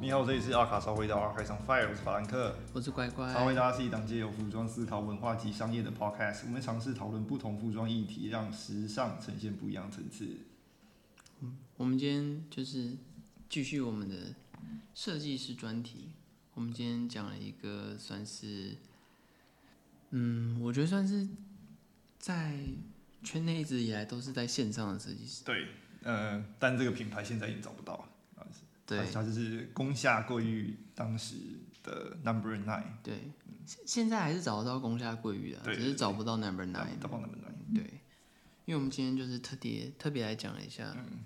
你好，这里是阿卡超回答，阿开上 Fire，我是法兰克。我是乖乖。超回答是一档借由服装思考、文化及商业的 Podcast，我们尝试讨论不同服装议题，让时尚呈现不一样层次。我们今天就是继续我们的设计师专题。我们今天讲了一个算是，嗯，我觉得算是在圈内一直以来都是在线上的设计师。对，呃，但这个品牌现在已经找不到了。对它它就是宫下贵玉当时的 Number Nine，对，现现在还是找得到宫下桂鱼的，啊对只是找不到 Number 那 Nine。找不到 Number Nine。对，因为我们今天就是特别特别来讲了一下嗯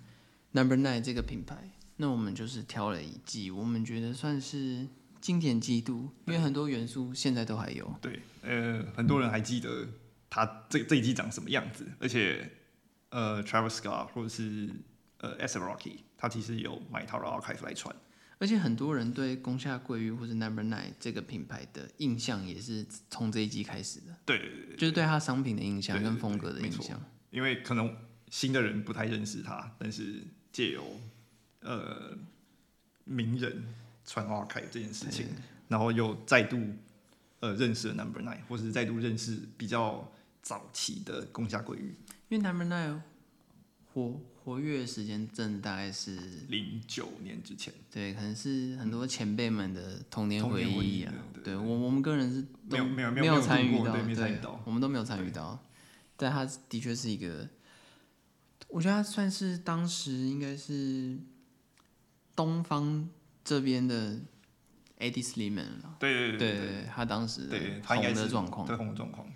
Number Nine 这个品牌。那我们就是挑了一季，我们觉得算是经典季度，因为很多元素现在都还有。对，呃，很多人还记得他这这一季长什么样子，而且呃，Travis Scott 或者是呃 a s a Rocky，他其实有买他的 archive 来穿。而且很多人对宫下桂鱼或者 Number Nine 这个品牌的印象也是从这一季开始的，对对对对就是对它商品的印象对对跟对风格的没印错象。因为可能新的人不太认识他，但是借由呃名人穿 archive 这件事情，然后又再度呃认识了 Number Nine，或者是再度认识比较早期的宫下桂玉，因为 Number Nine 活活跃的时间真的大概是零九年之前。对，可能是很多前辈们的童年童回年回忆忆啊的。对对我我们个人是没有没有没有没没有参度与过到，对没参与对到，我们都没有参与到。但他的确是一个，我觉得他算是当时应该是东方这边的 Eddie Sliman 了。对对对对，他当时的对，他应该红是的状况。对红的状况，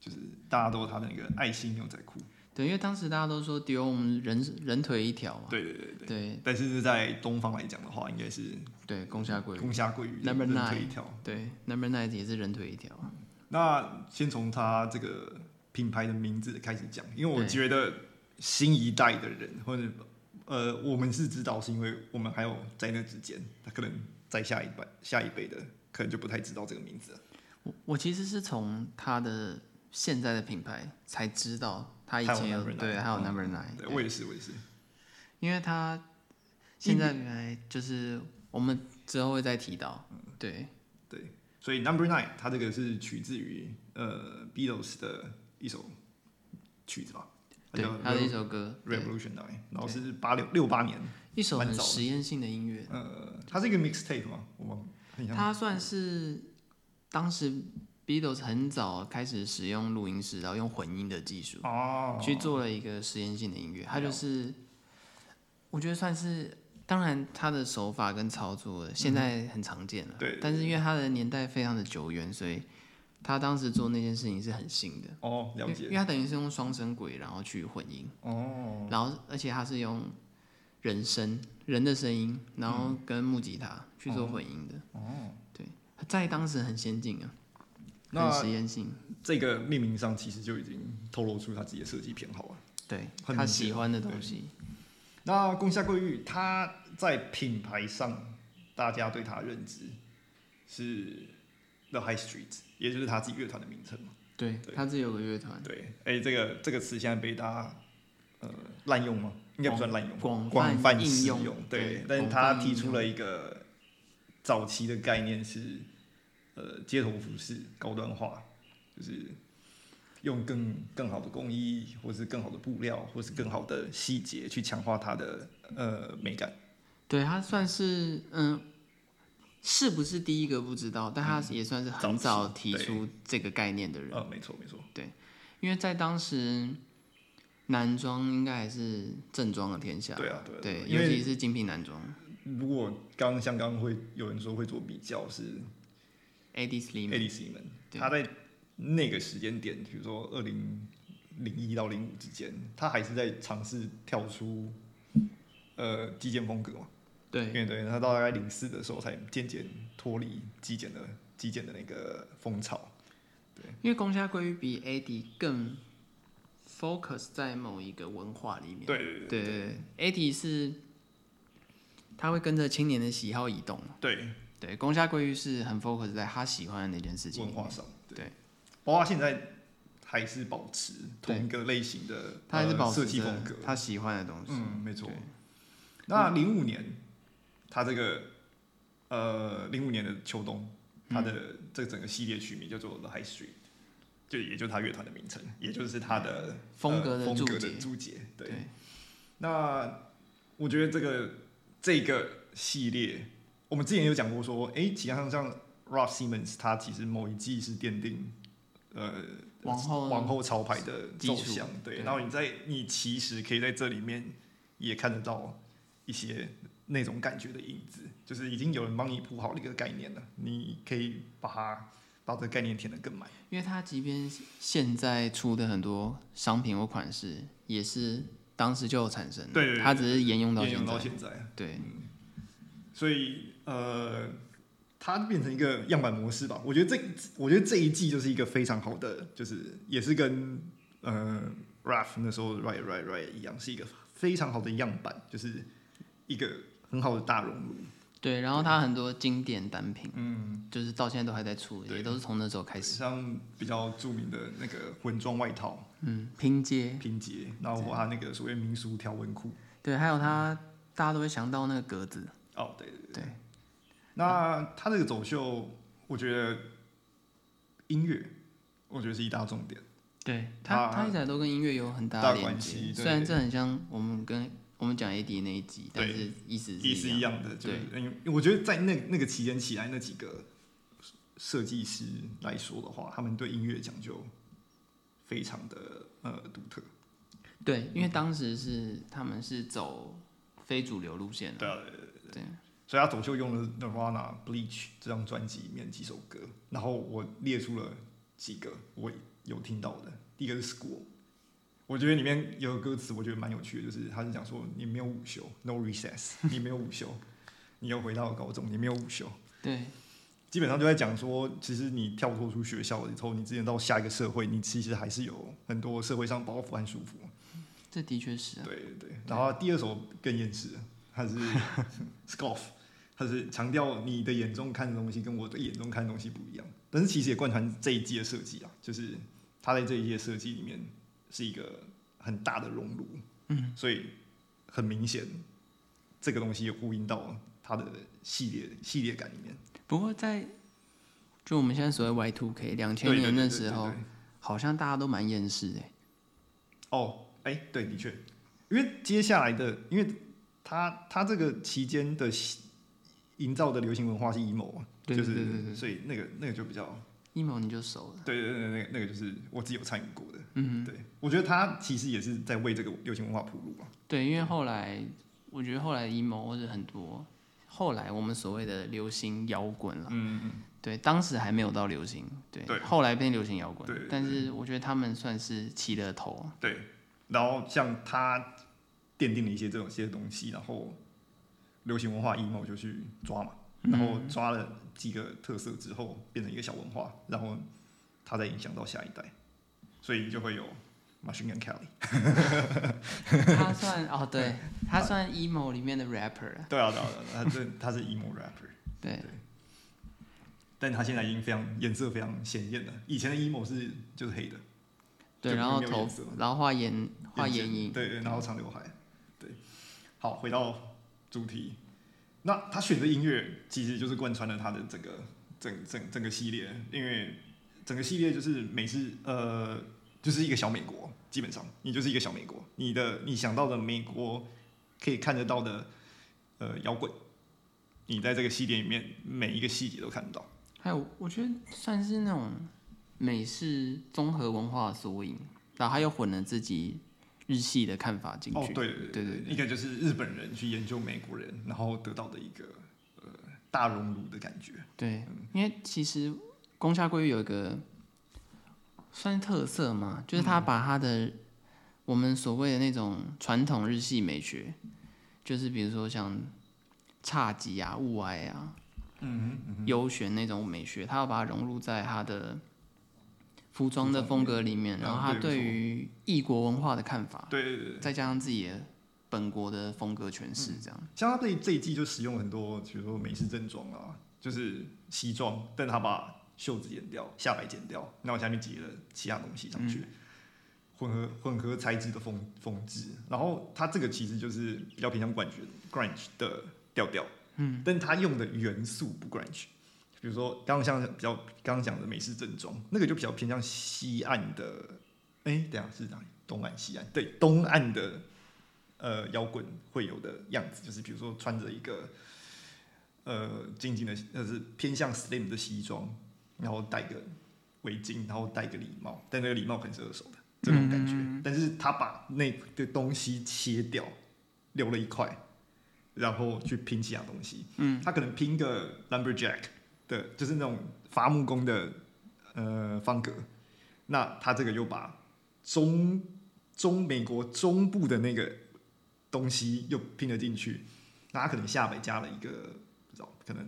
就是大家都有他的那个爱心牛仔裤。对，因为当时大家都说 Dior 我们人人腿一条嘛。对对对对。对但是在东方来讲的话，应该是对，宫下贵。宫下桂鱼 Number 人 nine 腿一条。对，Number Nine 也是人腿一条。那先从他这个品牌的名字开始讲，因为我觉得新一代的人或者呃，我们是知道，是因为我们还有在那之间，他可能在下一辈下一辈的可能就不太知道这个名字了。我我其实是从他的现在的品牌才知道他啊以还有前 Number Nine 对，还有嗯 Number Nine，对对我也是，我也是。因为他现在原来就是我们之后会再提到，嗯对所以 Number Nine 它这个是取自于呃 Beatles 的一首曲子吧，它对叫，他的一首歌，对 Revolution Nine，然后是八六六八年，一首蛮很早的实验性的音乐，呃，它是一个 mixtape 嘛，我忘了，很像它算是当时 Beatles 很早开始使用录音室，然后用混音的技术哦，去做了一个实验性的音乐，它了就是我觉得算是，当然它的手法跟操作现在很常见了，嗯对但是因为它的年代非常的久远，所以他当时做那件事情是很新的，哦，了因为因解为他等于是用双声轨然后去混音，哦，然后而且他是用人声人的声音，然后嗯跟木吉他去做混音的，哦，对，在当时很先进啊，那很实验性，这个命名上其实就已经透露出他自己的设计偏好了。对很他明显喜欢的对东西，那宫下桂玉他在品牌上，大家对他的认知是 The High Street，也就是他自己乐团的名称嘛。对对他自己有个乐团。对，哎、这个这个词现在被大家呃滥用吗？应该不算滥用，广广泛泛应使用对，对但是广他泛提应出用了一个早期的概念是，呃，街头服饰高端化，就是用更更好的工艺，或是更好的布料，或是更好的细节去强化它的呃美感。对他算是嗯，是不是第一个不知道，但他也算是很嗯早早提出这个概念的人，呃，没错没错，因为在当时男装应该还是正装的天下，对啊对啊对啊对，因尤为其是精品男装如果刚像刚会有人说会做比较是，AD Slim，爱丽丝们，对他在那个时间点，比如说二零零一到零五之间，他还是在尝试跳出呃极简风格嘛。因对为对他到大概零四的时候才渐渐脱离极简的极简的那个风潮。因为宫下归于比 AD 更 focus 在某一个文化里面，对对对对对，AD 是他会跟着青年的喜好移动，对对，宫下归于是很 focus 在他喜欢的那件事情文里面化上，对，包括现在还是保持对同一个类型的，他还是保呃设持计着风格。他嗯喜欢的东西。嗯，没错对。那零五年，他这个呃零五年的秋冬，它的嗯这整个系列曲名叫做 The High Street，就也就是它乐团的名称，也就是它的风呃格的风注格解的，注解。对，对，那我觉得这个这个系列，我们之前有讲过说，诶，其实像像 Rob Simmons，他其实某一季是奠定呃往后往后潮牌的走哦基础向，对，对然后你在你其实可以在这里面也看得到一些那种感觉的影子，就是已经有人帮你铺好了一个概念了，你可以把它把这个概念填得更满。因为它即便现在出的很多商品或款式，也是当时就有产生的，对对对它只是沿用到沿用现到在，现在，对，所以呃，它变成一个样板模式吧。我觉得这，我觉得这一季就是一个非常好的，就是也是跟呃 Raf 那时候 Right Right Right 一样，是一个非常好的样板，就是一个很好的大熔炉。对，然后它很多经典单品，嗯，就是到现在都还在出，对也都是从那时候开始，像比较著名的那个混装外套嗯，拼接，拼接，然后它那个所谓民俗条纹裤。对，还有它大家都会想到那个格子，哦，对对对，那他这个走秀，我觉得音乐，我觉得是一大重点。对它它，它一直以来都跟音乐有很大啊大的连关系接。对虽然这很像我们跟我们讲 AD 那一集，但对是意思是也是一一样。样的，就是因为我觉得在那那个期间起来那几个设计师来说的话，他们对音乐讲究非常的呃独特。嗯对，因为当时是他们是走非主流路线的，对啊，对所以他走秀用了 Nirvana Bleach 这张专辑里面几首歌，然后我列出了几个我有听到的，第一个是 School。我觉得里面有个歌词，我觉得蛮有趣的，就是他是讲说你没有午休，no recess，你没有午休， 你又回到了高中，你没有午休，对基本上就在讲说，其实你跳脱出学校以后，你之前到下一个社会，你其实还是有很多社会上包袱和束缚。这的确是啊。对对对。然后第二首更厌世，它 是 scoff，它是强调你的眼中看的东西跟我的眼中看的东西不一样。但是其实也贯穿这一季的设计啊，就是它在这一季的设计里面是一个很大的熔炉，嗯，所以很明显这个东西也呼应到它的系列系列感里面。不过在就我们现在所谓 Y Two K 两千对对年对那对时对候对，好像大家都蛮厌世的。哦，哎、对，的确，因为接下来的，因为他他这个期间的西营造的流行文化是 emo 啊，对就对是对对对所以那个那个就比较，一毛你就熟了，对对对，那个那个就是我自己有参与过的，嗯，对我觉得他其实也是在为这个流行文化铺路啊嘛，对，因为后来我觉得后来 emo 或者很多后来我们所谓的流行摇滚啦，嗯，对，当时还没有到流行，对，对后来变流行摇对滚对，但是我觉得他们算是起 了头，对，然后像他奠定了一些这种些东西，然后流行文化 emo 就去抓嘛，然后抓了几个特色之后，变成一个小文化，然后它再影响到下一代，所以就会有 Machine Gun Kelly。他算哦， 对，他算 emo 里面的 rapper，啊对啊，对啊，对啊他这他是 emo rapper，对， 但他现在已经非常颜色非常鲜艳了。以前的 emo 是就是黑的，对，就然后没有头颜色，然后画眼画眼影，嗯对对，然后长刘海，对。好，回到主题，那他选的音乐其实就是贯穿了他的整个整整整个系列，因为整个系列就是美式呃，就是一个小美国，基本上你就是一个小美国，你的你想到的美国可以看得到的呃摇滚，你在这个系列里面每一个细节都看得到。还有我觉得算是那种美式综合文化的缩影，然后他又混了自己日系的看法进哦，去，对对对对对，一个就是日本人去研究美国人，然后得到的一个呃大熔炉的感觉。对，嗯因为其实宫下桂玉有一个算是特色嘛，就嗯是他把他的、我们所谓的那种传统日系美学，就是比如说像侘寂啊、物哀啊、嗯幽玄那种美学，他要把它融入在他的服装的风格里面，嗯然后他对对没错于异国文化的看法，对对对嗯对，再加上自己的本国的风格诠释，这样。像他这这一季就使用很多，比如说美式正装啊，就是西装，但他把袖子剪掉，下摆剪掉，然后下面结了其他东西上去，混合混合材质的风风质。然后他这个其实就是比较偏向 grunge grunge 的调调，嗯，但他用的元素不 grunge，比如说刚刚像比较刚刚讲的美式正装，那个就比较偏向西岸的，哎、等一下是哪里？东岸、西岸，对，东岸的呃摇滚会有的样子，就是比如说穿着一个呃静静的，呃是偏向 slim 的西装，然后戴个围巾，然后戴个礼帽，但那个礼帽可能是二手的这种感觉，但是他把那个东西切掉，留了一块，然后去拼其他东西，嗯，他可能拼个 lumberjack 的，就是那种伐木工的呃方格，那他这个又把中中美国中部的那个东西又拼了进去，那他可能下北加了一个不知道，可能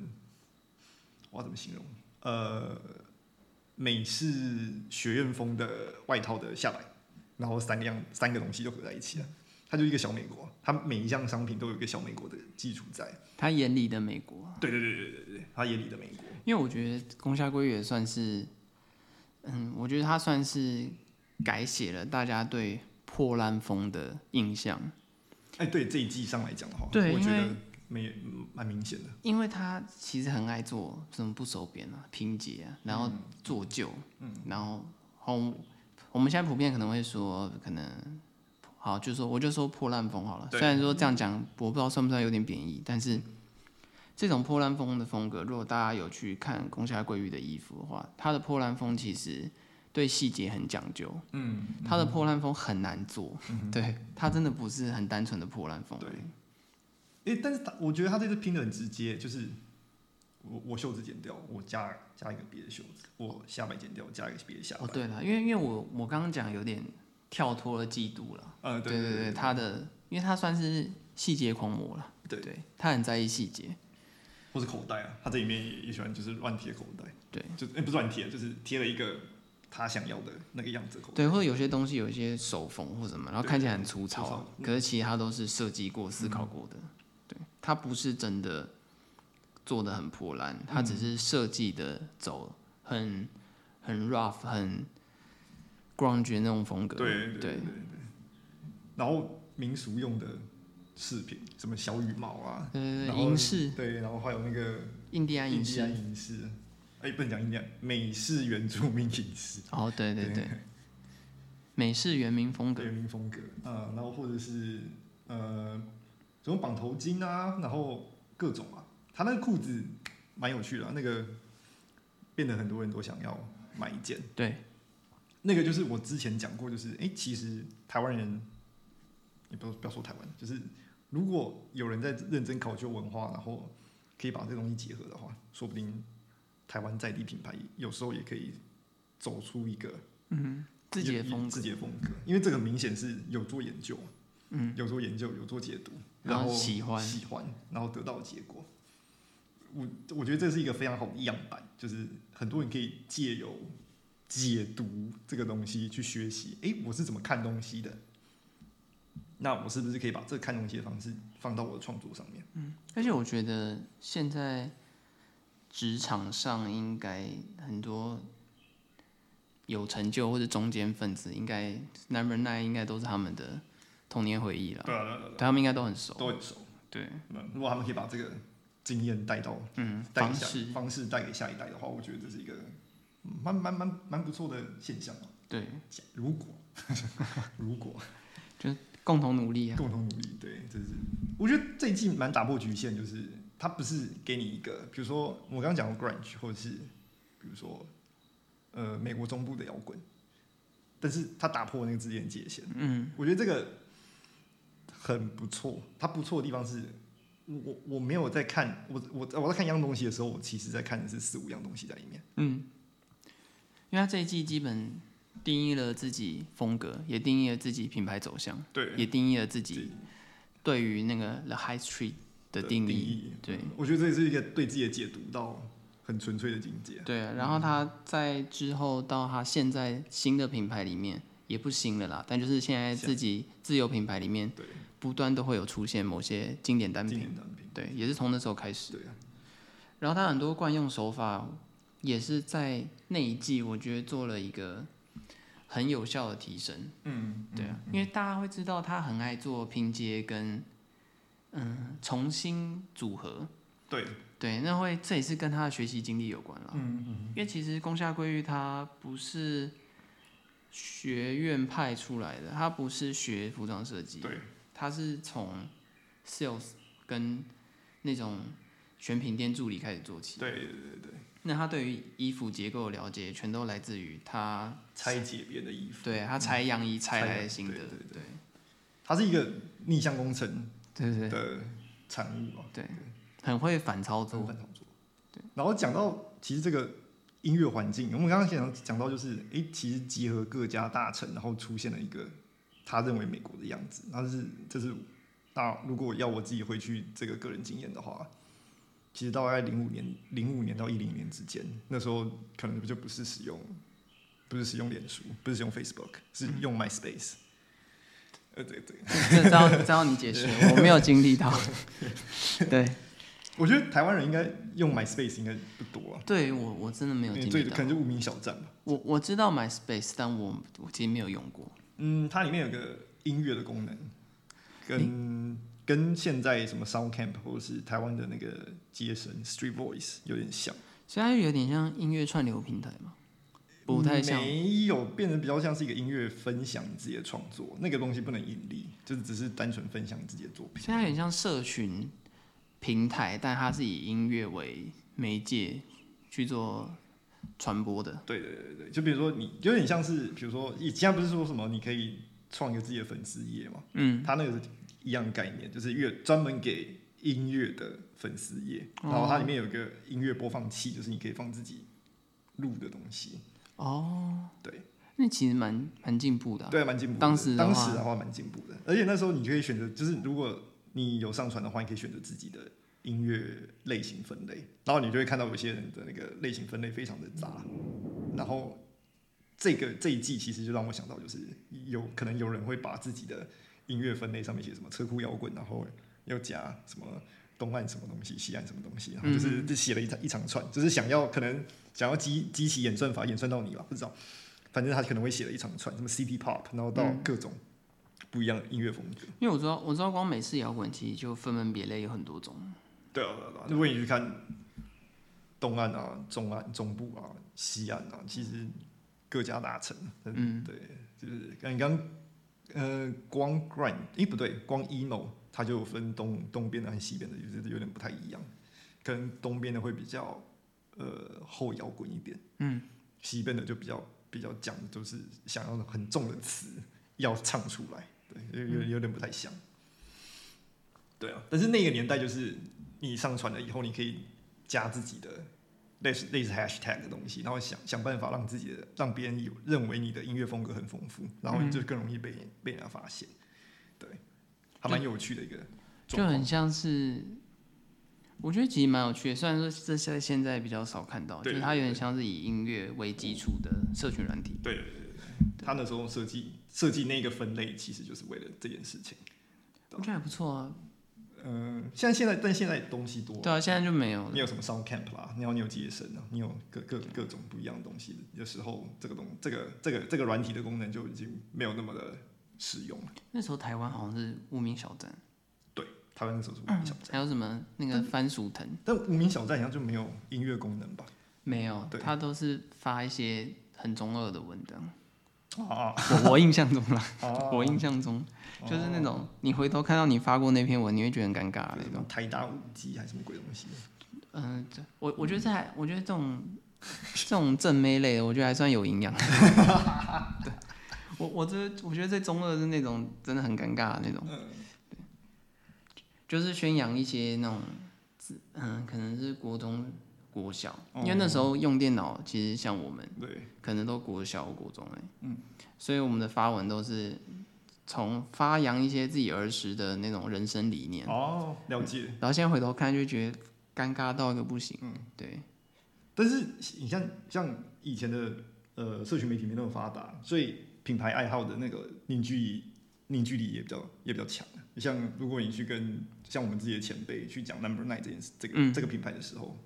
我要怎么形容？呃，美式学院风的外套的下摆，然后三个样三个东西就合在一起了，它就是一个小美国，它每一项商品都有一个小美国的基础在。他眼里的美国，对对对对对对，他眼里的美国。因为我觉得宫下圭也算是，嗯，我觉得他算是改写了大家对破烂风的印象，哎，对这一季上来讲的话，对我觉因得为没蛮明显的。因为他其实很爱做什么不收编啊、拼接嗯啊，然后做旧，嗯，然后红，我们现在普遍可能会说，可能好，就说我就说破烂风好了。对虽然说这样讲，我不知道算不算有点贬义，但是这种破烂风的风格，如果大家有去看宫下桂玉的衣服的话，他的破烂风其实对细节很讲究，嗯，他的破烂风很难做，对他真的不是很单纯的破烂风，对诶，但是他我觉得他这次拼的很直接，就是我我袖子剪掉，我加加一个别的袖子，我下摆剪掉，加一个别的下摆。哦，对了，因为因为我我刚刚讲有点跳脱了嫉妒了，呃，对对对对他的因为他算是细节狂魔了，对对，他很在意细节，或是口袋啊，他这里面也也喜欢就是乱贴口袋，对就诶不是乱贴，就是贴了一个他想要的那个样子的口袋。对，或者有些东西有一些手缝或什么，然后对看起来很粗糙粗啊，糙嗯可是其实他都是设计过、思考过的，对他不是真的做的很破烂，他嗯只是设计的走很很 rough 很 grunge 的那种风格，对对对对对。然后民俗用的饰品，什么小羽毛啊，呃，然后银饰，对，然后还有那个印第安印银第饰安，银饰，哎，不能讲印第安，美式原住民银饰。哦，对对对，美式原民风格联名风格，呃，然后或者是呃，什么绑头巾啊，然后各种啊，他那个裤子蛮有趣的啊、那个变得很多人都想要买一件。对，那个就是我之前讲过，就是哎、诶其实台湾人，也不要不要说台湾，就是如果有人在认真考究文化，然后可以把这东西结合的话，说不定台湾在地品牌有时候也可以走出一个自己的风格，自己的风格，因为这个明显是有做研究，嗯，有做研究，有做解读，然后后喜欢喜欢，然后得到的结果。我我觉得这是一个非常好的样板，就是很多人可以借由解读这个东西去学习，诶，我是怎么看东西的？那我是不是可以把这看东西的方式放到我的创作上面？而且我觉得现在职场上应该很多有成就或者中间分子，应该 Number Nine 应该都是他们的童年回忆了，对啊，对啊对对他们应该都很啊熟，都很熟。对，那如果他们可以把这个经验带到嗯，带给方下式，方式带给下一代的话，我觉得这是一个嗯蛮蛮蛮蛮不错的现象啊。对，如果 如果共同努力啊，共同努力，对，这是我觉得这一季蛮打破局限，就是它不是给你一个，比如说我刚刚讲过 grunge，或者是比如说呃美国中部的摇滚，但是它打破那个之间的界限。嗯，我觉得这个很不错。它不错的地方是，我我我没有在看我我我在看一样东西的时候，我其实在看的是四五样东西在里面。嗯，因为他这一季基本定义了自己风格，也定义了自己品牌走向，对也定义了自自己己对于那个 The High Street 的定义。义对我觉得这是一个对自己的解读到很纯粹的境界。对，啊然后他在之后到他现在新的品牌里面也不新了啦，但就是现在自己自有品牌里面对，不断都会有出现某些经典单经品。典单品。对，也是从那时候开始。对啊，然后他很多惯用手法也是在那一季，我觉得做了一个很有效的提升。嗯，对啊，因为大家会知呃道他很爱做拼接跟嗯重新组合，对，对，那会这也是跟他的学习经历有关了。嗯嗯，因为其实宫下圭玉他不是学院派出来的，他不是学服装设计，对，他是从 sales 跟那种选品店助理开始做起。对对对对，那他对于衣服结构的了解，全都来自于他拆解别人的衣服，对他拆样衣嗯拆拆来样的心得对对，对它是一个逆向工程对对对的产物啊嘛，对，很会反操分作，分作。对，然后讲到其实这个音乐环境，我们刚刚讲讲到就是，诶，其实集合各家大臣，然后出现了一个他认为美国的样子，那是这是那如果要我自己回去这个个人经验的话，其实大概零五年零五年到一零年之间，那时候可能就不是使用不是使用脸书，不是使用 Facebook，是用 MySpace。呃，对对，这招这招你解释，我没有经历到，对我觉得台湾人应该用 MySpace 应该不多啊，对，我我真的没有经最历可到能，就无名小站吧。我我知道 MySpace，但我我其实没有用过，嗯，它里面有个音乐的功能，跟跟现在什么 Sound Camp 或者是台湾的那个街声 Street Voice 有点像，所以它有点像音乐串流平台嘛，不太像，没有变得比较像是一个音乐分享你自己的创作，那个东西不能盈利，就是只是单纯分享你自己的作品所以。它有点像社群平台，但它是以音乐为媒介去做传播的，对对对对，就比如说你有点像是，比如说以前不是说什么你可以创一个自己的粉丝页嘛，嗯，它那个是一样的概念，就是乐专门给音乐的粉丝页，然后它里面有一个音乐播放器，就是你可以放自己录的东西。哦，对，那其实蛮蛮进步的啊、对，蛮进步的。当时的话当时的话蛮进步的，而且那时候你可以选择，就是如果你有上传的话，你可以选择自己的音乐类型分类，然后你就会看到有些人的那个类型分类非常的杂。然后这个这一季其实就让我想到，就是有可能有人会把自己的音乐分类上面写什么车库摇滚，然后又加什么。东岸什么东西，西岸什么东西，然后就是嗯就写了一长一长串，就是想要可能想要激激起演算法，演算到你吧，不知道。反正他可能会写了一长串，什么 City Pop，然后到各种不一样的音乐风格。因为我知道我知道光美式摇滚其实就分门别类有很多种，对啊，对啊，对啊。如果你去看东岸啊、中岸、中部啊、西岸啊，其实各家大城，呃嗯，对，就是刚刚呃，光 Grind，诶，不对，光 Emo，它就有分东东边的和西边的，就是有点不太一样。可能东边的会比较呃后摇滚一点，嗯，西边的就比较比较讲，就是想要很重的词要唱出来，对，有嗯有有点不太像。对啊，但是那个年代就是你上传了以后，你可以加自己的类似类似 hashtag 的东西，然后想想办法让自己的让别人有认为你的音乐风格很丰富，然后就更容易被、被人家发现。对，还蛮有趣的一个就状况。很像是，我觉得其实蛮有趣的。虽然说这在现在比较少看到，就对是它有点像是以音乐为基础的社群软体。对对对对，他那时候设计设计那个分类，其实就是为了这件事情。我觉得还不错啊，嗯、现在现在但现在东西多了，对啊，现在就没有你了。有什么 sound camp 啦，然后你有街声啊，你有各各各种不一样的东西，有时候这个东这个这个这个软体的功能就已经没有那么的实用了。那时候台湾好像是无名小站，对，台湾那时候是无名小站，还有什么嗯那个番薯藤，但无名小站好像就没有音乐功能吧？没有对，它都是发一些很中二的文章。啊我我印象中啦，啊！我印象中哦就是那种你回头看到你发过那篇文，你会觉得很尴尬的对那什种么。台大五 G 还是什么鬼东西？嗯，这我我觉得这还，我觉得这种这种正妹类的，我觉得还算有营养。 对，我我这我觉得最中二的是那种真的很尴尬的那种，嗯，就是宣扬一些那种自，嗯，可能是国中、国小，哦因为那时候用电脑，其实像我们对，可能都国小、国中哎、嗯，所以我们的发文都是从发扬一些自己儿时的那种人生理念，哦，了解。然后现在回头看就觉得尴尬到一个不行。嗯，对。但是你像像以前的呃社群媒体没那么发达，所以品牌爱好的那个凝聚凝聚力也比较也比较强。像如果你去跟像我们自己的前辈去讲 Number Nine 这件事，这个、嗯这个品牌的时候，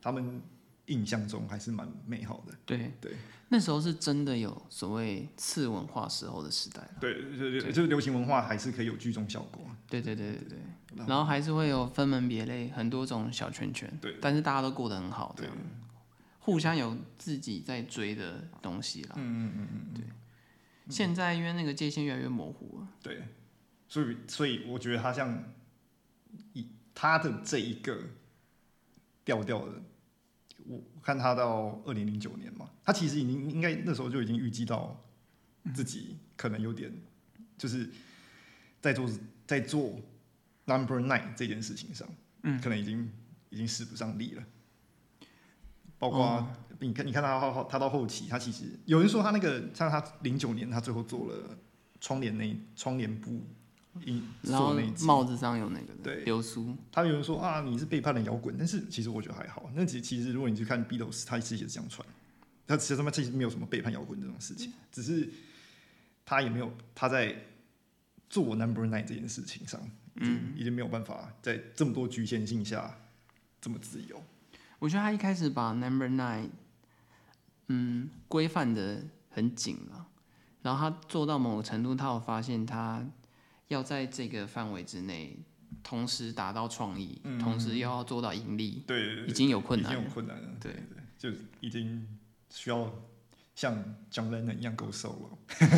他们印象中还是蛮美好的。对对，那时候是真的有所谓次文化时候的时代了。对，就对就就流行文化还是可以有聚众效果。对对对对对，然后还是会有分门别类，很多种小圈圈，对但是大家都过得很好，这样，互相有自己在追的东西啦。嗯嗯嗯嗯，现在因为那个界限越来越模糊了，对，所以所以我觉得他像以他的这一个调调的，我我看他到二零零九年嘛，他其实已经应该那时候就已经预计到自己可能有点就是在做在做 number nine 这件事情上，嗯，可能已经已经使不上力了。包哦括你看，你看他到他到后期，他其实有人说他那个像他零九年，他最后做了窗帘那窗帘布，一然后做那一集帽子上有那个的对流苏，他有人说啊，你是背叛了摇滚，但是其实我觉得还好。那其其实如果你去看 Beatles，他其实也是这样穿，他其实他妈其实没有什么背叛摇滚这种事情，只是他也没有他在做 Number Nine 这件事情上，嗯，已经没有办法在这么多局限性下这么自由。我觉得他一开始把 Number Nine，嗯，规范的很紧了，然后他做到某个程度，他有发现他要在这个范围之内，同时达到创意，嗯同时又要做到盈利，对对对已经有困已难经有了。困难了，对对，就已经需要像 John Lennon 一样够瘦了。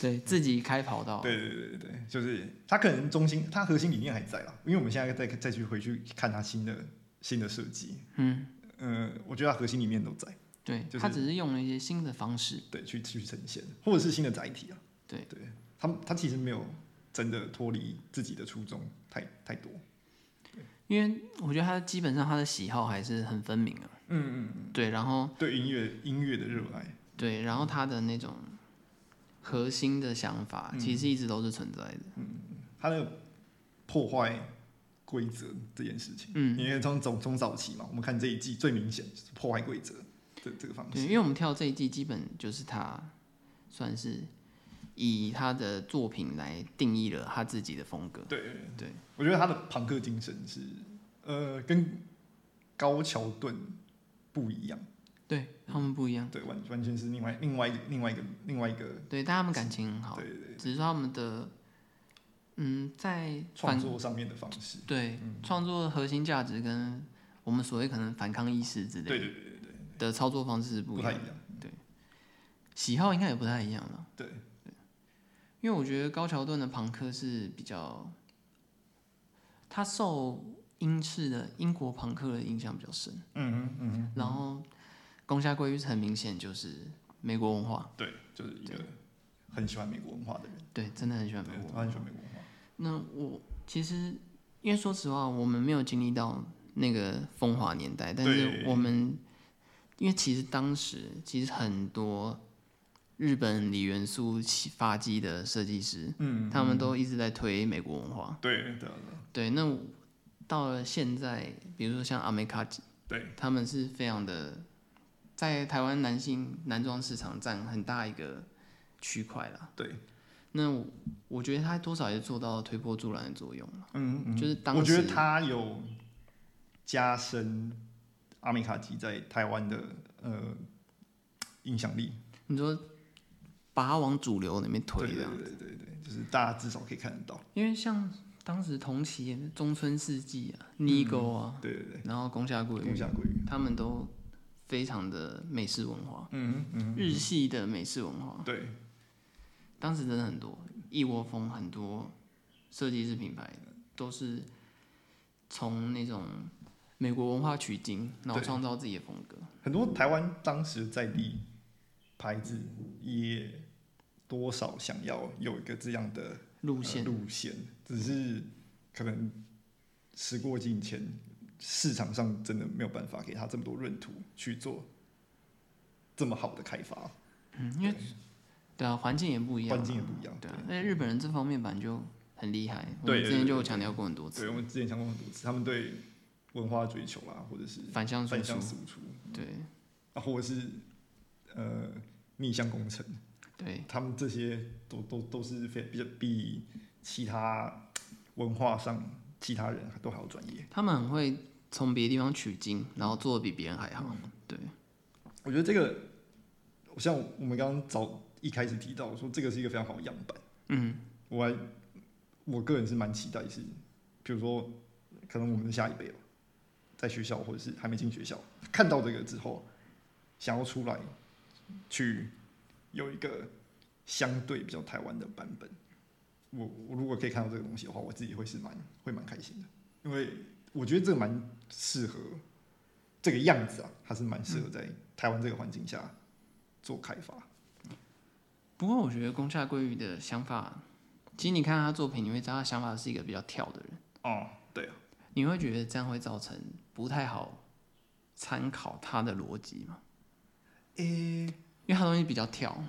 对自己开跑道，对对对对对，就是他可能中心，他核心理念还在啦，因为我们现在再再去回去看他新的新的设计，嗯，嗯、我觉得他核心理念都在，对就是他只是用了一些新的方式，对，去去呈现，或者是新的载体啊，对对，他他其实没有真的脱离自己的初衷太太多，因为我觉得他基本上他的喜好还是很分明啊。嗯嗯，对，然后对音乐音乐的热爱，对，然后他的那种核心的想法，嗯其实一直都是存在的。他的破坏规则这件事情，嗯，因为从从从早期嘛，我们看这一季最明显就是破坏规则的这个方对，式，因为我们跳这一季，基本就是他算是以他的作品来定义了他自己的风格。对对，我觉得他的朋克精神是呃跟高桥盾不一样，对他们不一样，对，完完全是另外另外一个另外一个另外一个对，但他们感情很好，对对对只是说他们的嗯，在创反作嗯上面的方式，对创作的核心价值跟我们所谓可能反抗意识之对类对对对对，的操作方式是不不一太样一的，样，喜好应该也不太一样了。对，因为我觉得高桥盾的朋克是比较，他受英式的英国朋克的影响比较深，嗯哼嗯哼，然后宫下圭一很明显就是美国文化，对，就是一个很喜欢美国文化的人，对，真的很喜欢美对国文他很化。喜欢美国文化，那我其实因为说实话，我们没有经历到那个风华年代，但是对我们因为其实当时其实很多日本李元素起发迹的设计师，嗯，他们都一直在推美国文化。对对对啊对啊对，那我到了现在，比如说像阿美卡，对，他们是非常的，在台湾男性男装市场占很大一个区块啦。对，那我我觉得他多少也做到推波助澜的作用了，嗯嗯，就是当时我觉得他有加深阿美卡基在台湾的呃影响力。你说把它往主流里面推对这对样，对对对，就是大家至少可以看得到。因为像当时同期中村世纪啊、尼沟啊，对对对，然后宫下贵木裕，嗯下归于，他们都非常的美式文化，嗯嗯，日系的美式文化。对当时真的很多一窝蜂，很多设计师品牌都是从那种美国文化取经，然后对创造自己的风格。很多台湾当时在地牌子也多少想要有一个这样的路线呃路线，只是可能时过境迁，市场上真的没有办法给他这么多闰土去做这么好的开发，嗯，因为对啊，环境也不一样环啊，境也不一样。对啊，而且日本人这方面本来就很厉害，我对们对之对前就对有强调过很多对，次我，们之前讲过很多次，他们对文化追求啦，或者是反向输反出向，输出，对啊，或者是呃逆向工程，对他们这些都都都是非比较比其他文化上其他人都还要专业。他们很会从别的地方取经，然后做的比别人还好，嗯对，我觉得这个，像我们刚刚早一开始提到说，这个是一个非常好的样板。嗯，我还我个人是蛮期待是，比如说可能我们的下一辈吧，哦在学校或者是还没进学校看到这个之后，想要出来去有一个相对比较台湾的版本。我我如果可以看到这个东西的话，我自己会是蛮会蛮开心的，因为我觉得这个蛮适合这个样子啊，它是蛮适合在台湾这个环境下做开发。不过我觉得宫下桂玉的想法，其实你看他作品，你会知道他想法是一个比较跳的人，哦、对啊，你会觉得这样会造成不太好参考他的逻辑嘛？诶、因为他东西比较跳，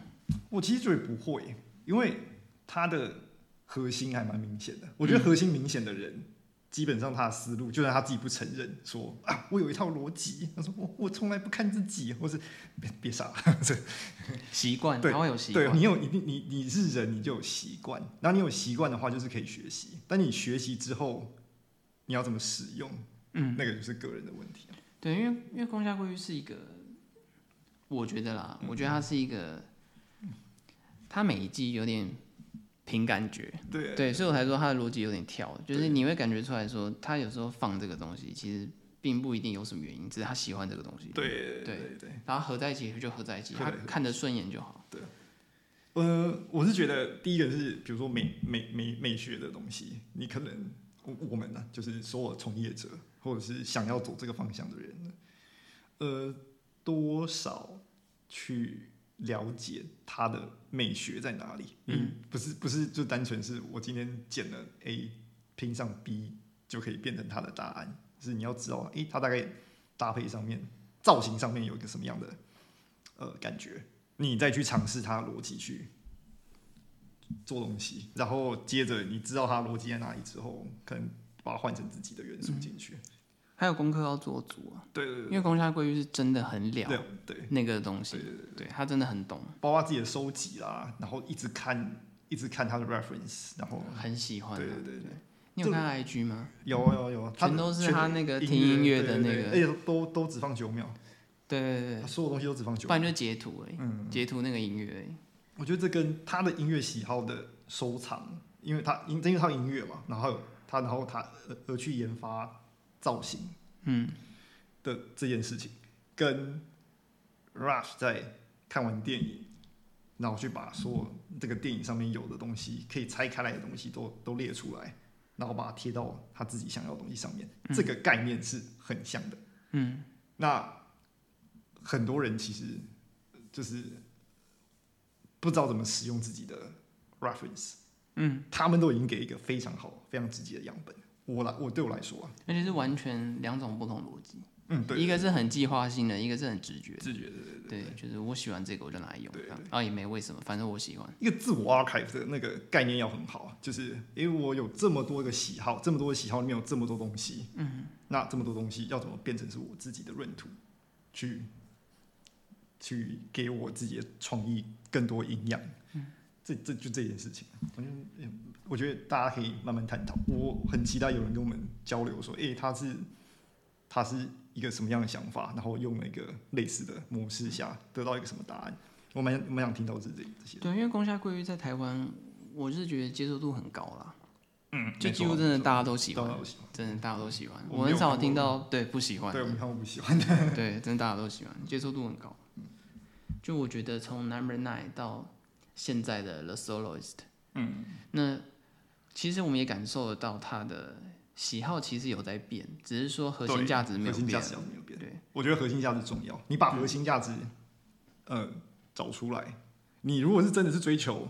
我其实觉得不会，因为他的核心还蛮明显的。我觉得核心明显的人，基本上他的思路，就算他自己不承认，说啊，我有一套逻辑，他说我我从来不看自己，或是别别 傻，习惯对他会有习对惯，你有一定你你是人，你就有习惯，然后你有习惯的话，就是可以学习。但你学习之后，你要怎么使用，嗯，那个就是个人的问题啊。对，因为因为宫下桂玉是一个，我觉得啦，我觉得他是一个，他每一季有点凭感觉，对对，所以我才说他的逻辑有点跳，就是对你会感觉出来说，他有时候放这个东西，其实并不一定有什么原因，只是他喜欢这个东西，对对对对。然后合在一起就合在一起，合他在一起看得顺眼就好。呃，我是觉得第一个是，比如说美美美美学的东西，你可能我我们呢、就是所有从业者或者是想要走这个方向的人呢，呃，多少去了解它的美学在哪里。嗯，不是不是就单纯是我今天剪了 A 拼上 B 就可以变成它的答案，是你要知道，诶、它大概搭配上面造型上面有一个什么样的呃感觉，你再去尝试它的逻辑去做东西，然后接着你知道它的逻辑在哪里之后，可能把它换成自己的元素进去。还有功课要做足啊，对对因为宫下桂玉是真的很对了对对，那个东西，对他真的很懂，包括自己的收集啦，然后一直看一直看他的 reference，然后很喜欢啊。对对对对你有看他 IG 吗？有有有，他的全都是全他那个听音乐的那对对哎个，对而且都都只放九秒，对对他所有东西都只放对，九不然秒。就截图而已，嗯，截图那个音乐而已。我觉得这跟他的音乐喜好的收藏，因为他因因为他有音乐嘛，然后有他然后他而而去研发造型嗯，的这件事情，跟 Rush 在看完电影，然后去把所有这个电影上面有的东西可以拆开来的东西都都列出来，然后把它贴到他自己想要的东西上面，这个概念是很像的。嗯，那很多人其实就是不知道怎么使用自己的 reference，嗯，他们都已经给一个非常好、非常直接的样本。我来，我对我来说啊，而且是完全两种不同逻辑，嗯，对，一个是很计划性的，一个是很直觉的。自觉的。对，就是我喜欢这个我就拿来用，对这样然后也没为什么，反正我喜欢。一个自我 archive 的那个概念要很好，就是因为我有这么多个喜好，这么多的喜好里面有这么多东西，嗯，那这么多东西要怎么变成是我自己的闰土，去去给我自己的创意更多营养，这这就这件事情，我觉得嗯我觉得大家可以慢慢探讨，我很期待有人跟我们交流说，诶，他是他是一个什么样的想法，然后用了一个类似的模式下得到一个什么答案，我蛮蛮想听到这这这些。对，因为宫下桂玉在台湾，我是觉得接受度很高啦，嗯，就没几错乎真的大家都喜当然欢我，喜欢，真的大家都喜欢。我我没有很少看过听到对不喜欢的对，我，们看我不喜欢的， 对，真的大家都喜欢，接受度很高。就我觉得从 Number Nine 到现在的 The Soloist，嗯，那其实我们也感受得到他的喜好其实有在变，只是说核心价值没核有心变价。值要没有变。对，我觉得核心价值重要，你把核心价值，呃，找出来。你如果是真的是追求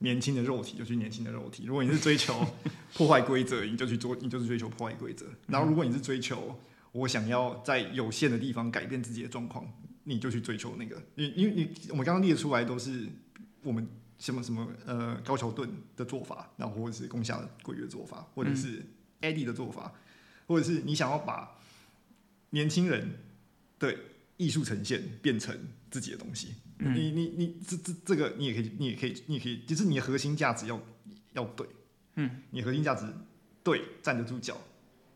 年轻的肉体，就去年轻的肉体；如果你是追 求破坏规则，你就去做，你就是追求破坏规则。然后，如果你是追求我想要在有限的地方改变自己的状况，你就去追求那个。因因为你我们刚刚列出来都是我们什么什么呃高桥盾的做法，然后或者是宫下的贵月做法，嗯或者是 Eddie 的做法，或者是你想要把年轻人的艺术呈现变成自己的东西。你你你这这这个你也可以，你也可以，你也可以，就是你的核心价值要要对，嗯，你核心价值对站得住脚，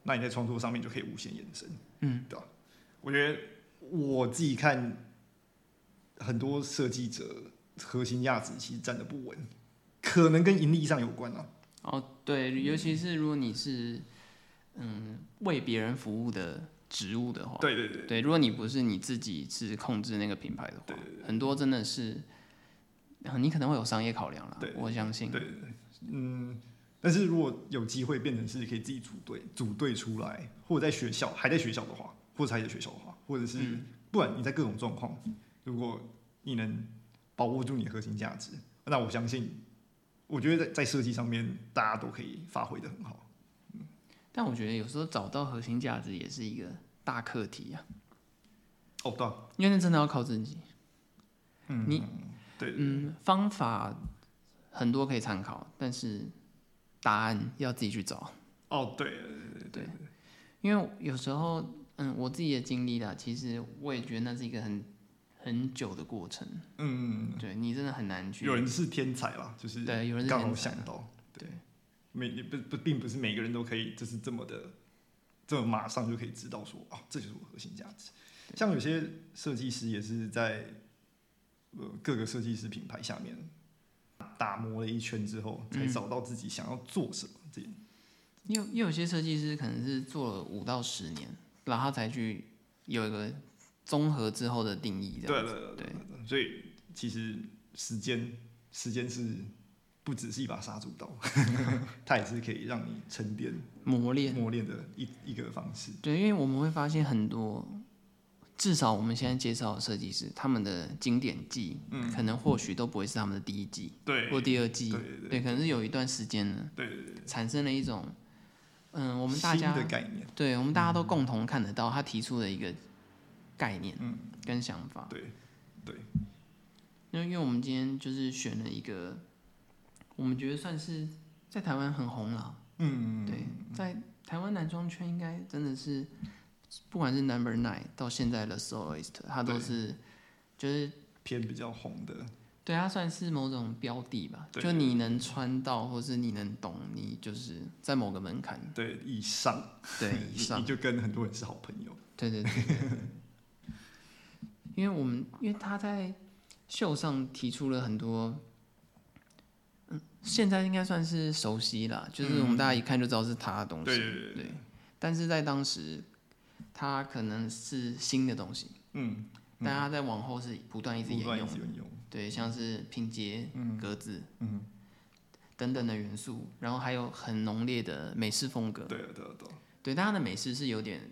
那你在创作上面就可以无限延伸，嗯，对吧？我觉得我自己看很多设计者核心价值其实站得不稳，可能跟盈利上有关啊，哦，对，尤其是如果你是嗯为别人服务的职务的话，对对对，对，如果你不是你自己是控制那个品牌的话，很多真的是，呃你可能会有商业考量啦对。我相信，对对对，嗯，但是如果有机会变成是可以自己组队，组队出来，或者在学校还在学校的话，或者还在学校的话，或者是、不然你在各种状况，如果你能把握住你的核心价值，那我相信，我觉得在在设计上面大家都可以发挥的很好。但我觉得有时候找到核心价值也是一个大课题啊，哦，对啊、因为那真的要靠自己。嗯，你对对嗯，方法很多可以参考，但是答案要自己去找。哦，对因为有时候，嗯，我自己的经历啦，其实我也觉得那是一个很很久的过程。嗯，对你真的很难去有人是天才啦，就是对有人是刚好天才啊想到，对，每也不不并不是每个人都可以就是这么的，这么马上就可以知道说啊，这就是我核心价值。像有些设计师也是在呃各个设计师品牌下面打磨了一圈之后，嗯才找到自己想要做什么。这也有也有些设计师可能是做了五到十年，然后他才去有一个综合之后的定义对这样。了，对对，所以其实时间时间是不只是一把杀猪刀， 它也是可以让你沉淀磨练。磨练的一一个方式。对，因为我们会发现很多，至少我们现在介绍的设计师，他们的经典季，嗯可能或许都不会是他们的第一季对或第二季，对对可能是有一段时间呢，对对对，产生了一种，嗯，我们大家新的概嗯念，对，我们大家都共同看得到他提出的一个概念，嗯跟想法。对对。因为因为我们今天就是选了一个，我们觉得算是在台湾很红了，嗯，对，在台湾男装圈应该真的是，不管是 Number Nine 到现在的 Soloist，它都对是就是偏比较红的，对它算是某种标的吧，对就你能穿到，或是你能懂，你就是在某个门槛对，以上，对你以 上你。就跟很多人是好朋友，对对对对，对因为我们因为他在秀上提出了很多，嗯，现在应该算是熟悉啦，就是我们大家一看就知道是他的东嗯西，对对对对对但是在当时，他可能是新的东西，嗯，大家在往后是不断一直不沿断用，有用，对，像是拼接、嗯格子嗯，等等的元素，然后还有很浓烈的美式风格，对啊对啊对啊，对，但他的美式是有点，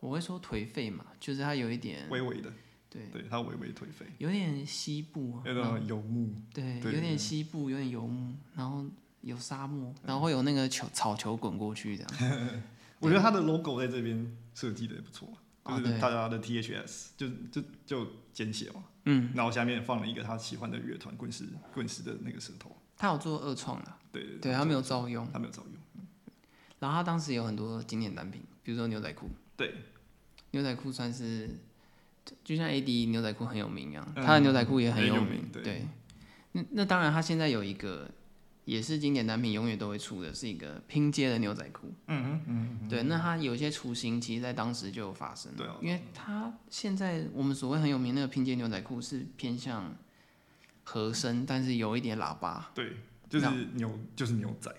我会说颓废嘛，就是他有一点微微的，嗯对。对他微微颓废，有点西部啊，有然后种游牧，对，对有点西部，有点游牧，然后有沙漠，嗯然后会有那个球草球滚过去这样。我觉得他的 logo 在这边设计的也不错，就啊是对他他的 THS 就就就简写嘛，嗯，然后下面放了一个他喜欢的乐团滚石滚石的那个舌头，他有做二创啊，对对对他没有照用，他没有照用，然后他当时有很多经典单品，比如说牛仔裤，对，牛仔裤算是就像 AD 牛仔裤很有名一样，嗯他的牛仔裤也很很有有名对对，那那当然，他现在有一个也是经典单品，永远都会出的是一个拼接的牛仔裤。嗯嗯嗯，对，那它有一些雏形，其实在当时就有发生。对啊因为它现在我们所谓很有名那个拼接牛仔裤是偏向和声，但是有一点喇叭。对，就是牛就是牛仔，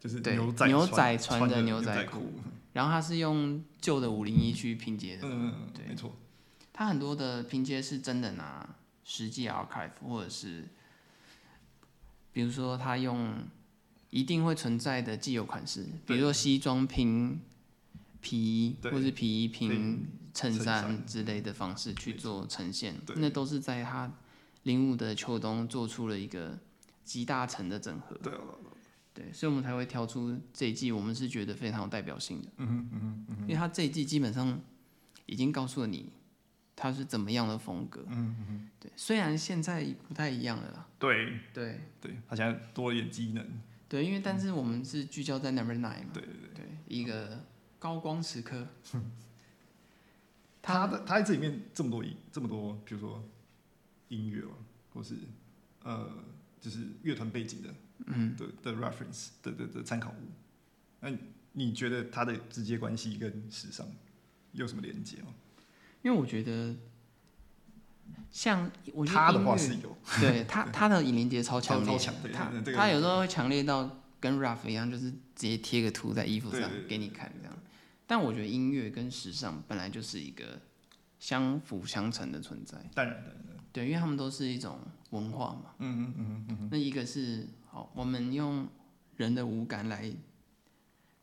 就是对牛仔牛穿仔穿穿的的牛仔仔裤，然后它是用旧的五零一去拼接的，嗯，对没错，它很多的拼接是真的拿实际 archive 或者是，比如说它用一定会存在的既有款式，比如说西装拼皮衣，对或是皮衣拼拼衬衬衫衫之类的方式去没做呈现，对那都是在他零五的秋冬做出了一个集大成的整合。对啊，对，所以我们才会挑出这一季，我们是觉得非常有代表性的，嗯哼嗯哼嗯因为他这一季基本上已经告诉了你他是怎么样的风格。嗯嗯嗯，对，虽然现在不太一样了啦。对对对，他现在多了一点机能，对，因为但是我们是聚焦在 Number Nine 嘛，对对对，对，一个高光时刻。他的他在这里面这么多音这么多，比如说音乐哦或是呃，就是乐团背景的，嗯的的 reference 的的的参考物，那你觉得它的直接关系跟时尚有什么连接吗？因为我觉得，像我觉得他的话音乐 是有，对他他的引连接超强超烈强对他对对这个他有时候会强烈到跟 Raf 一样，就是直接贴个图在衣服上对对对给你看这样。但我觉得音乐跟时尚本来就是一个相辅相成的存在，当然的，对，因为他们都是一种文化嘛。嗯嗯嗯嗯那一个是好，我们用人的五感来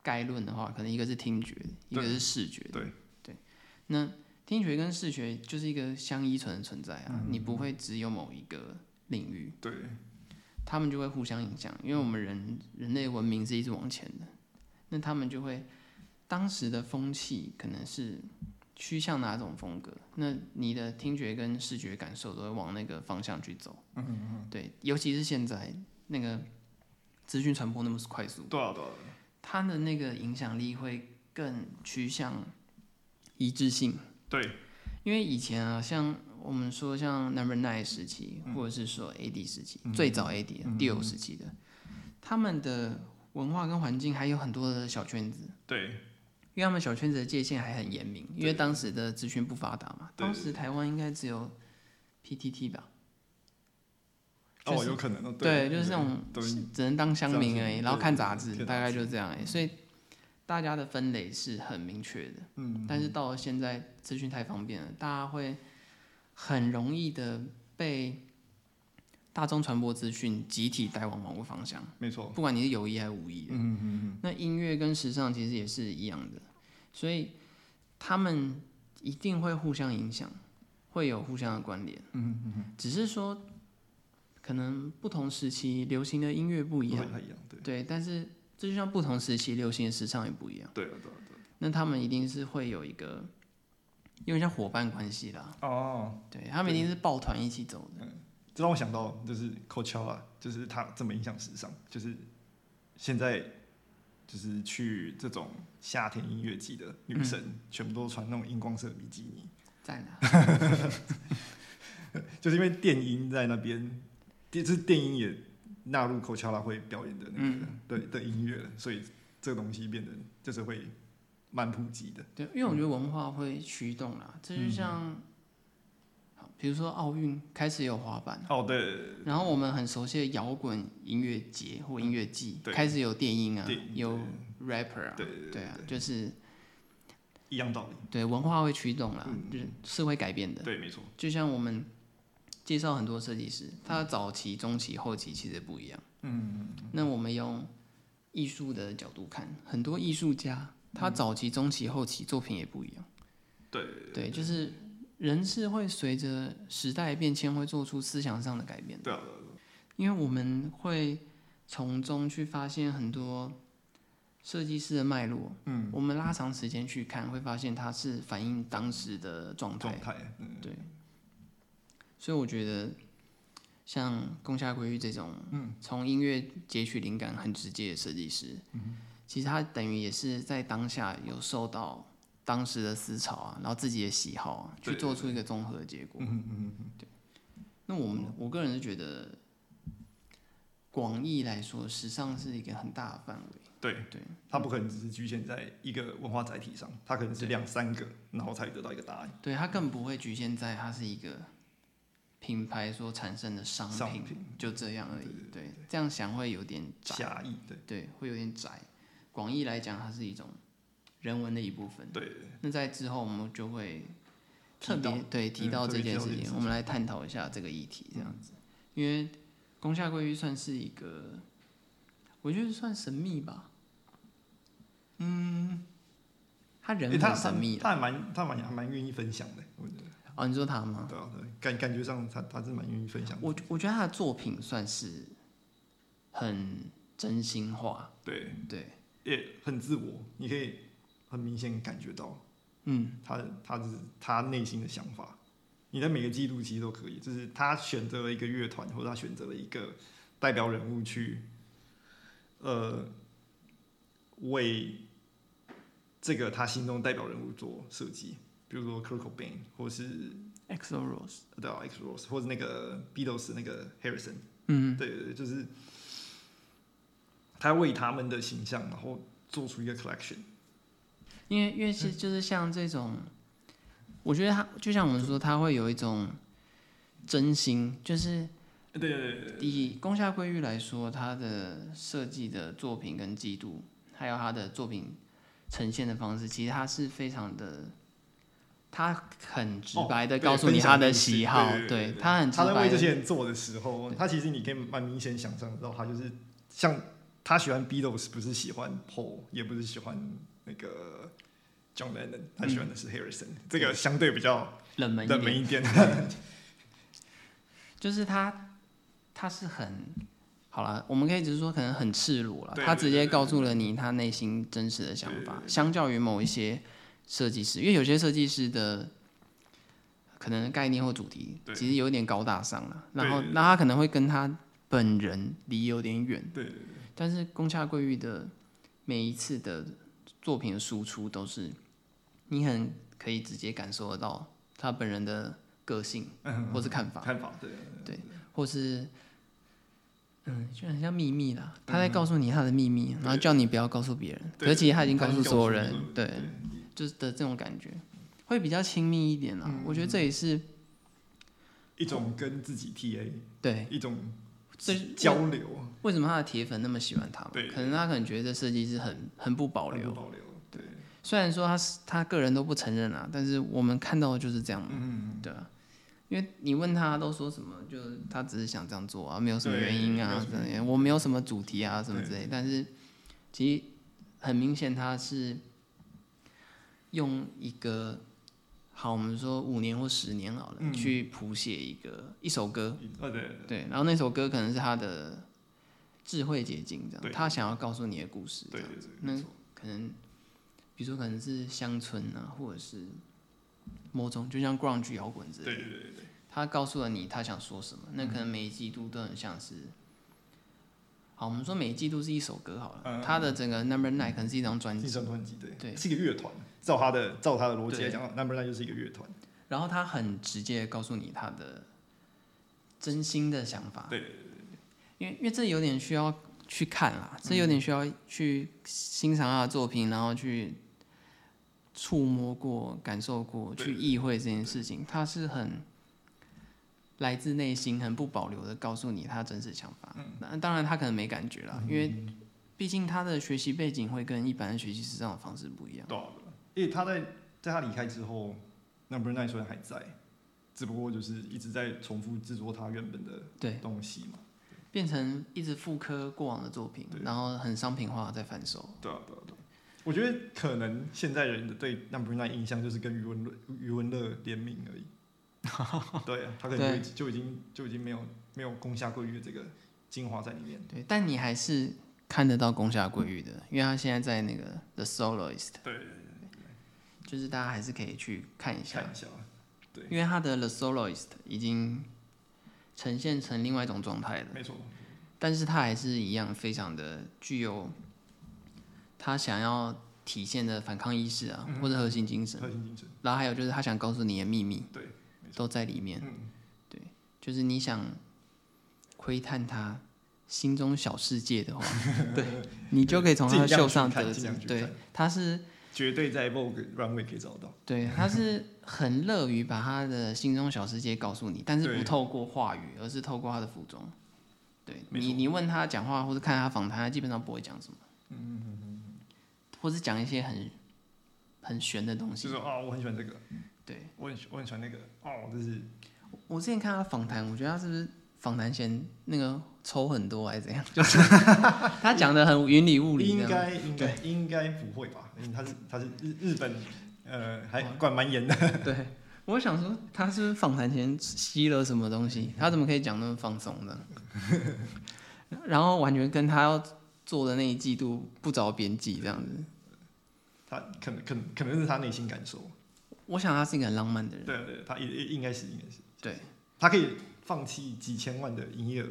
概论的话，可能一个是听觉，一个是视觉嗯，，对，那听觉跟视觉就是一个相依存的存在嗯啊，你不会只有某一个领域，对，他们就会互相影响，因为我们人人类文明是一直往前的，那他们就会当时的风气可能是趋向哪种风格，那你的听觉跟视觉感受都会往那个方向去走。嗯嗯对，尤其是现在那个资讯传播那么快速，多少多少，它的那个影响力会更趋向一致性。对，因为以前啊，像我们说像 Number Nine 时期，或者是说 AD 时期，最早 AD 的第五时期的，他们的文化跟环境还有很多的小圈子，对，因为他们小圈子的界限还很严明，因为当时的资讯不发达嘛，对当时台湾应该只有 PTT 吧，就哦，是有可能哦，对，就是那种对，只能当乡民而乡已，民然后看杂对志，看杂志大概就这样而已，所以大家的分类是很明确的。嗯，但是到了现在，资讯太方便了，大家会很容易的被大众传播资讯集体带往某个方向，没错，不管你是有意还是无意的。嗯嗯嗯，那音乐跟时尚其实也是一样的，所以他们一定会互相影响，会有互相的关联。嗯嗯只是说，可能不同时期流行的音乐不一样不，太一样，对，对，但是这就像不同时期流行的时尚也不一样。对啊对啊对那他们一定是会有一个，因为像伙伴关系啦，啊，哦，对他们一定是抱团一起走嗯的，这让我想到就是 Coachella，就是它这么影响时尚，就是现在就是去这种夏天音乐季的女生，全部都穿那种荧光色比基尼，赞啊！就是因为电音在那边，电就是电音也纳入 Coachella 会表演的那个、对的音乐了，所以这个东西变得就是会蛮普及的。对，因为我觉得文化会驱动啦，这就像，好比如说奥运开始有滑板，哦，对，然后我们很熟悉的摇滚音乐节或音乐季对开始有电音啊电音，有 rapper 啊对对对，对啊，就是一样道理。对文化会驱动啦，嗯就是是会改变的。对，没错。就像我们介绍很多设计师，他早期、中期、后期其实不一样。嗯，那我们用艺术的角度看，很多艺术家他早期、中期、后期作品也不一样。对啊对，就是人是会随着时代变迁会做出思想上的改变的，对啊，因为我们会从中去发现很多设计师的脉络。嗯，我们拉长时间去看，会发现它是反映当时的状态状。态，嗯，对，所以我觉得像宫下圭一这种，嗯，从音乐截取灵感很直接的设计师，嗯，其实他等于也是在当下有受到当时的思潮啊，然后自己的喜好啊，对去做出一个综合的结果。嗯嗯对。那我们我个人是觉得，广义来说，时尚是一个很大的范围。对对，它不可能只是局限在一个文化载体上，它可能是两三个，然后才得到一个答案。对，它更不会局限在它是一个品牌所产生的商品，商品就这样而已。对这样想会有点窄，狭义，对对，会有点窄。广义来讲，它是一种人文的一部分。对，那在之后，我们就会提嗯特别到嗯对提到特这别提件到事这件情，事我们来探讨一下这个议题，这样子。因为宫下贵玉算是一个，我觉得算神秘吧。嗯，他人诶他很神秘啦他他还蛮他蛮还蛮愿意分享的，我觉得，哦，你说他吗？对啊，对感感觉上他他是蛮愿意分享的，我我觉得他的作品算是很真心话，对，对，也很自我，你可以很明显感觉到嗯，他他是他内心的想法。你在每个季度其实都可以，就是他选择了一个乐团，或者他选择了一个代表人物去，呃，为这个他心中代表人物做设计，比如说 c r o c o b a n 或是 EXO Rose，对啊 X Rose，或是那个 Beatles 那个 Harrison，嗯，对对对，就是他为他们的形象，然后做出一个 collection，因为因为是就是像这种，我觉得他就像我们说，他会有一种真心，就是对对对对对，以宫下圭裕来说，他的设计的作品跟季度，还有他的作品呈现的方式，其实他是非常的，他很直白的哦对告诉你分享他的故事喜好，对对对对对他很直他在白为这的，些人做的时候，他其实你可以蛮明显想象到，他就是像他喜欢 Beatles，不是喜欢 Paul，也不是喜欢那个 John Lennon，他喜欢嗯的是 Harrison，、这个相对比较冷门一冷点，门一点。 就是他他是很好了，我们可以只是说可能很赤裸了，对他对直对接对告诉了你他内心真实的想对对法对，相较于某一些设计师，因为有些设计师的。可能概念或主题对其实有点高大上了，然后对对对那他可能会跟他本人离有点远，对对对但是宫下桂玉的每一次的作品的输出都是，你很可以直接感受得到他本人的个性嗯或是看法，看法对，或是，嗯，就很像秘密啦。他在告诉你他的秘密，然后叫你不要告诉别人。可嗯对是其实他已经告诉所有他已经告，诉人所有对，就是的这种感觉，会比较亲密一点啦。嗯我觉得这也是一种跟自己 TA，对，一种这交流，为什么他的铁粉那么喜欢他嘛对？可能他可能觉得设计师很很不保很留不，保留，对，虽然说他是他个人都不承认啊，但是我们看到的就是这样嘛，嗯，对啊。因为你问他都说什么，就是他只是想这样做啊，没有什么对原因没有啊什，么这样我没有什么主题啊，什么对之类。但是其实很明显他是用一个好，我们说五年或十年好了，嗯去谱写一个一首歌，哦对，对，然后那首歌可能是他的智慧结晶，这对样他想要告诉你的故事，这对样对子对。那没错可能，比如说可能是乡村啊，或者是某种，就像 grunge 摇滚之对嗯类对的，对对，他告诉了你他想说什么。那可能每一季度都很像是，好，我们说每一季度是一首歌好了，嗯他的整个 number nine 可能是一张专是一辑，张专辑，对，对是一个乐团。照他的照他的逻辑对来讲，Number Nine 就是一个乐团，然后他很直接地告诉你他的真心的想法，对对因为因为这有点需要去看啦，这嗯有点需要去欣赏他的作品，然后去触摸过、感受过、对去意会这件事情，他是很来自内心、很不保留的告诉你他真实想法。嗯那当然他可能没感觉啦，因为毕竟他的学习背景会跟一般的学习师长的方式不一样。对啊。因为他在在他离开之后，Number Nine 虽然还在，只不过就是一直在重复制作他原本的对，东西嘛，变成一直复刻过往的作品对，然后很商品化地在贩售。对啊对啊对啊。我觉得可能现在人的对 Number Nine 印象就是跟余文乐余文乐联名而 已，对啊，他可能就已就已经就已经没有没有攻下桂玉这个精华在里面，对，但你还是看得到宫下圭裕的，因为他现在在那个 The Soloist，对，就是大家还是可以去看一下，看一下，啊对因为他的 The Soloist 已经呈现成另外一种状态了，没错，但是他还是一样非常的具有他想要体现的反抗意识啊，嗯或者核心精神，核心精神，然后还有就是他想告诉你的秘密，对，没错都在里面，嗯，就是你想窥探他。心中小世界的话， 对你就可以从他的尽量袖去上看得尽知量去，对看，他是绝对在 Vogue runway 可以找到。对，他是很乐于把他的心中小世界告诉你，但是对不透过话语，而是透过他的服装。对没你，错你问他讲话或者看他访谈，他基本上不会讲什么，嗯嗯，或是讲一些很很玄的东就西是。说啊，我很喜欢这个，对我很喜我很喜欢那个，哦，这是我我之前看他访谈，我觉得他是不是访谈前那个抽很多还是怎 样？就是他讲的很云里雾里应这样。该应该应该不会吧？因为他是他是日日本，呃，还管蛮严的， 对，我想说他是不是访谈前吸了什么东西？他怎么可以讲那么放松呢？ 然后完全跟他要做的那一季度不着边际这样子。他可能可能可能是他内心感受，我想他是一个很浪漫的人，对对，他应应应该是应该是，对他可以放弃几千万的营业额，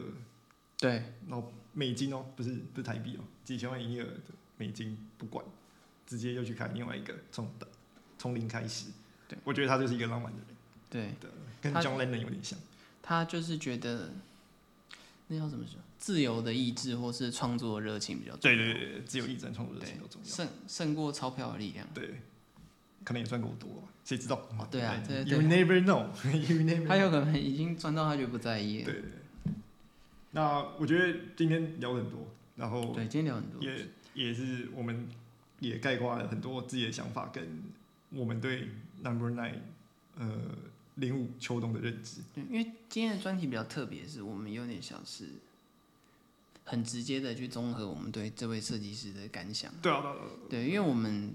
对，然后美金哦，不是不是台币哦，几千万营业额的美金不管，直接就去开另外一个从从零开始，对，我觉得他就是一个浪漫的人，对对，跟他 John Lennon 有点像，他就是觉得那叫怎么说？自由的意志或是创作热情比较重对要，对对，对只有一张创作热对情都重要。胜胜过钞票的力量。对，可能也赚够多吧，谁知道？哦对啊对对，You never know，You never 他 know。有可能已经赚到，他就不在意了。对，那我觉得今天聊了很多，然后对，今天聊很多，也也是我们也概括了很多自己的想法跟我们对 Number Nine 呃零五秋冬的认知。对，因为今天的专题比较特别，是我们有点像是很直接的去综合我们对这位设计师的感想。对啊，对啊对，因为我们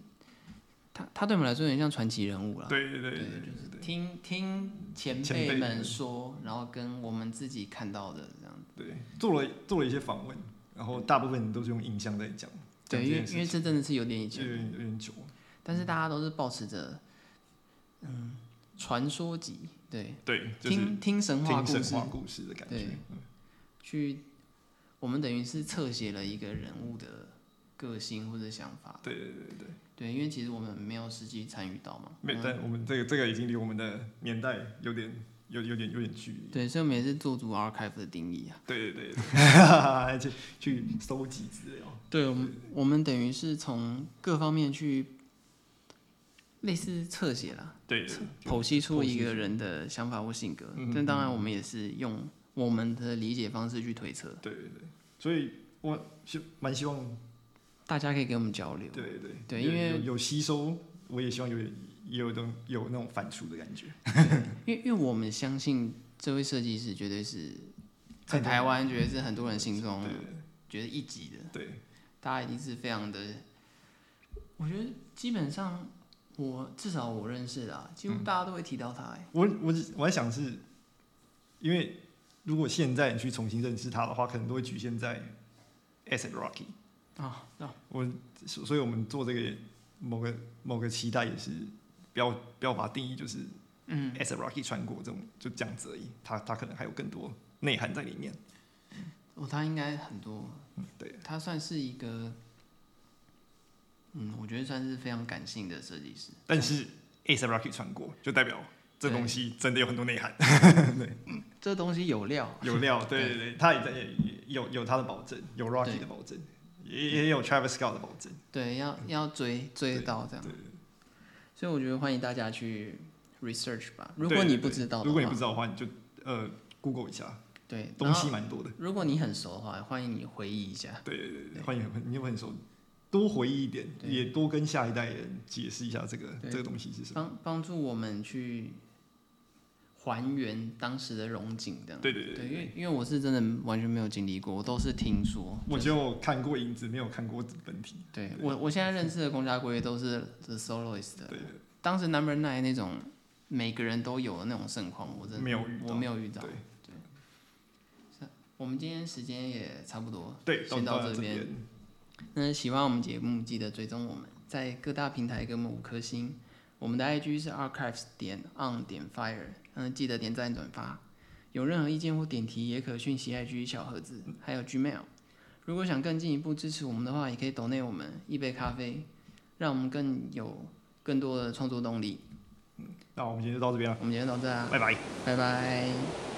他他对我们来说有点像传奇人物啦。对对对对对，对就是对听听前前辈辈们们说，然后跟我们自己看到的这样。对对，做了做了一些访问，然后大部分都是用影像在讲。对，因为因为这这真的是有点以有前，点有点久了，但是大家都是保持着嗯传说级，对，对，就是听听神话听故神事，话故事的感觉嗯对。去我们等于是侧写了一个人物的个性或者想法。对对对对对，对，因为其实我们没有实际参与到嘛。没，嗯但我们这个这个已经离我们的年代有点有有点有点距离。 对，所以我们也是做足 archive 的定义啊。对对 对，去去搜集资料。对，我们我们等于是从各方面去类似侧写啦，对，剖析出一个人的想法或性格。嗯但当然，我们也是用我们的理解方式去推测。对对对，所以我是蛮希望，大家可以跟我们交流。对对对有因为有有吸收，我也希望有也有种有那种反刍的感觉。因为因为我们相信这位设计师绝对是在很多台湾，绝对是很多人心中对觉得一级的，对对大家一定是非常的。我觉得基本上我至少我认识的、啊，几乎嗯大家都会提到他、欸。我我我在想是，因为如果现在你去重新认识他的话，可能都会局限在 Acid Rocky。啊、哦，我所所以我们做这个某个某个期待也是不要不要把它定义就是嗯， S Rocky 穿过这种就这样子而已，它它可能还有更多内涵在里面。哦，他应该很多，嗯，对，他算是一个，嗯，我觉得算是非常感性的设计师。但是 S Rocky 穿过就代表这对东西真的有很多内涵，这东西有料，有 料。对对对对，它也在也也有有它的保证，有 Rocky 的保证，也也有 Travis Scott 的保证。对，要要追追得到这样。嗯对所以我觉得欢迎大家去 research 吧，对如果你对不知道的话，如果你不知道的话，你就呃 Google 一下，对东西。蛮多的然后。如果你很熟的话，欢迎你回忆一下。对对对，欢迎你会很熟，多回忆一点，对也多跟下一代人解释一下这个对这个东西是什么。帮帮助我们去还原当时的荣景，这样。对对对因为因为我是真的完全没有经历过，我都是听说。我就只有看过影子，没有看过本体。对我我现在认识的公家规都是 The Soloist 的，对当时 Number Nine 那种每个人都有的那种盛况，我真的没有遇到我没有遇到对。我们今天时间也差不多，对，先到到这这边。那喜欢我们节目，记得追踪我们，在各大平台给我们五颗星。我们的 IG 是 archives 点 on 点 fire，嗯，记得点赞转发。有任何意见或点题，也可讯息 IG 小盒子，还有 Gmail。如果想更进一步支持我们的话，也可以 donate 我们一杯咖啡，让我们更有更多的创作动力。那我们今天就到这边了，我们今天到这啊，拜拜。拜拜。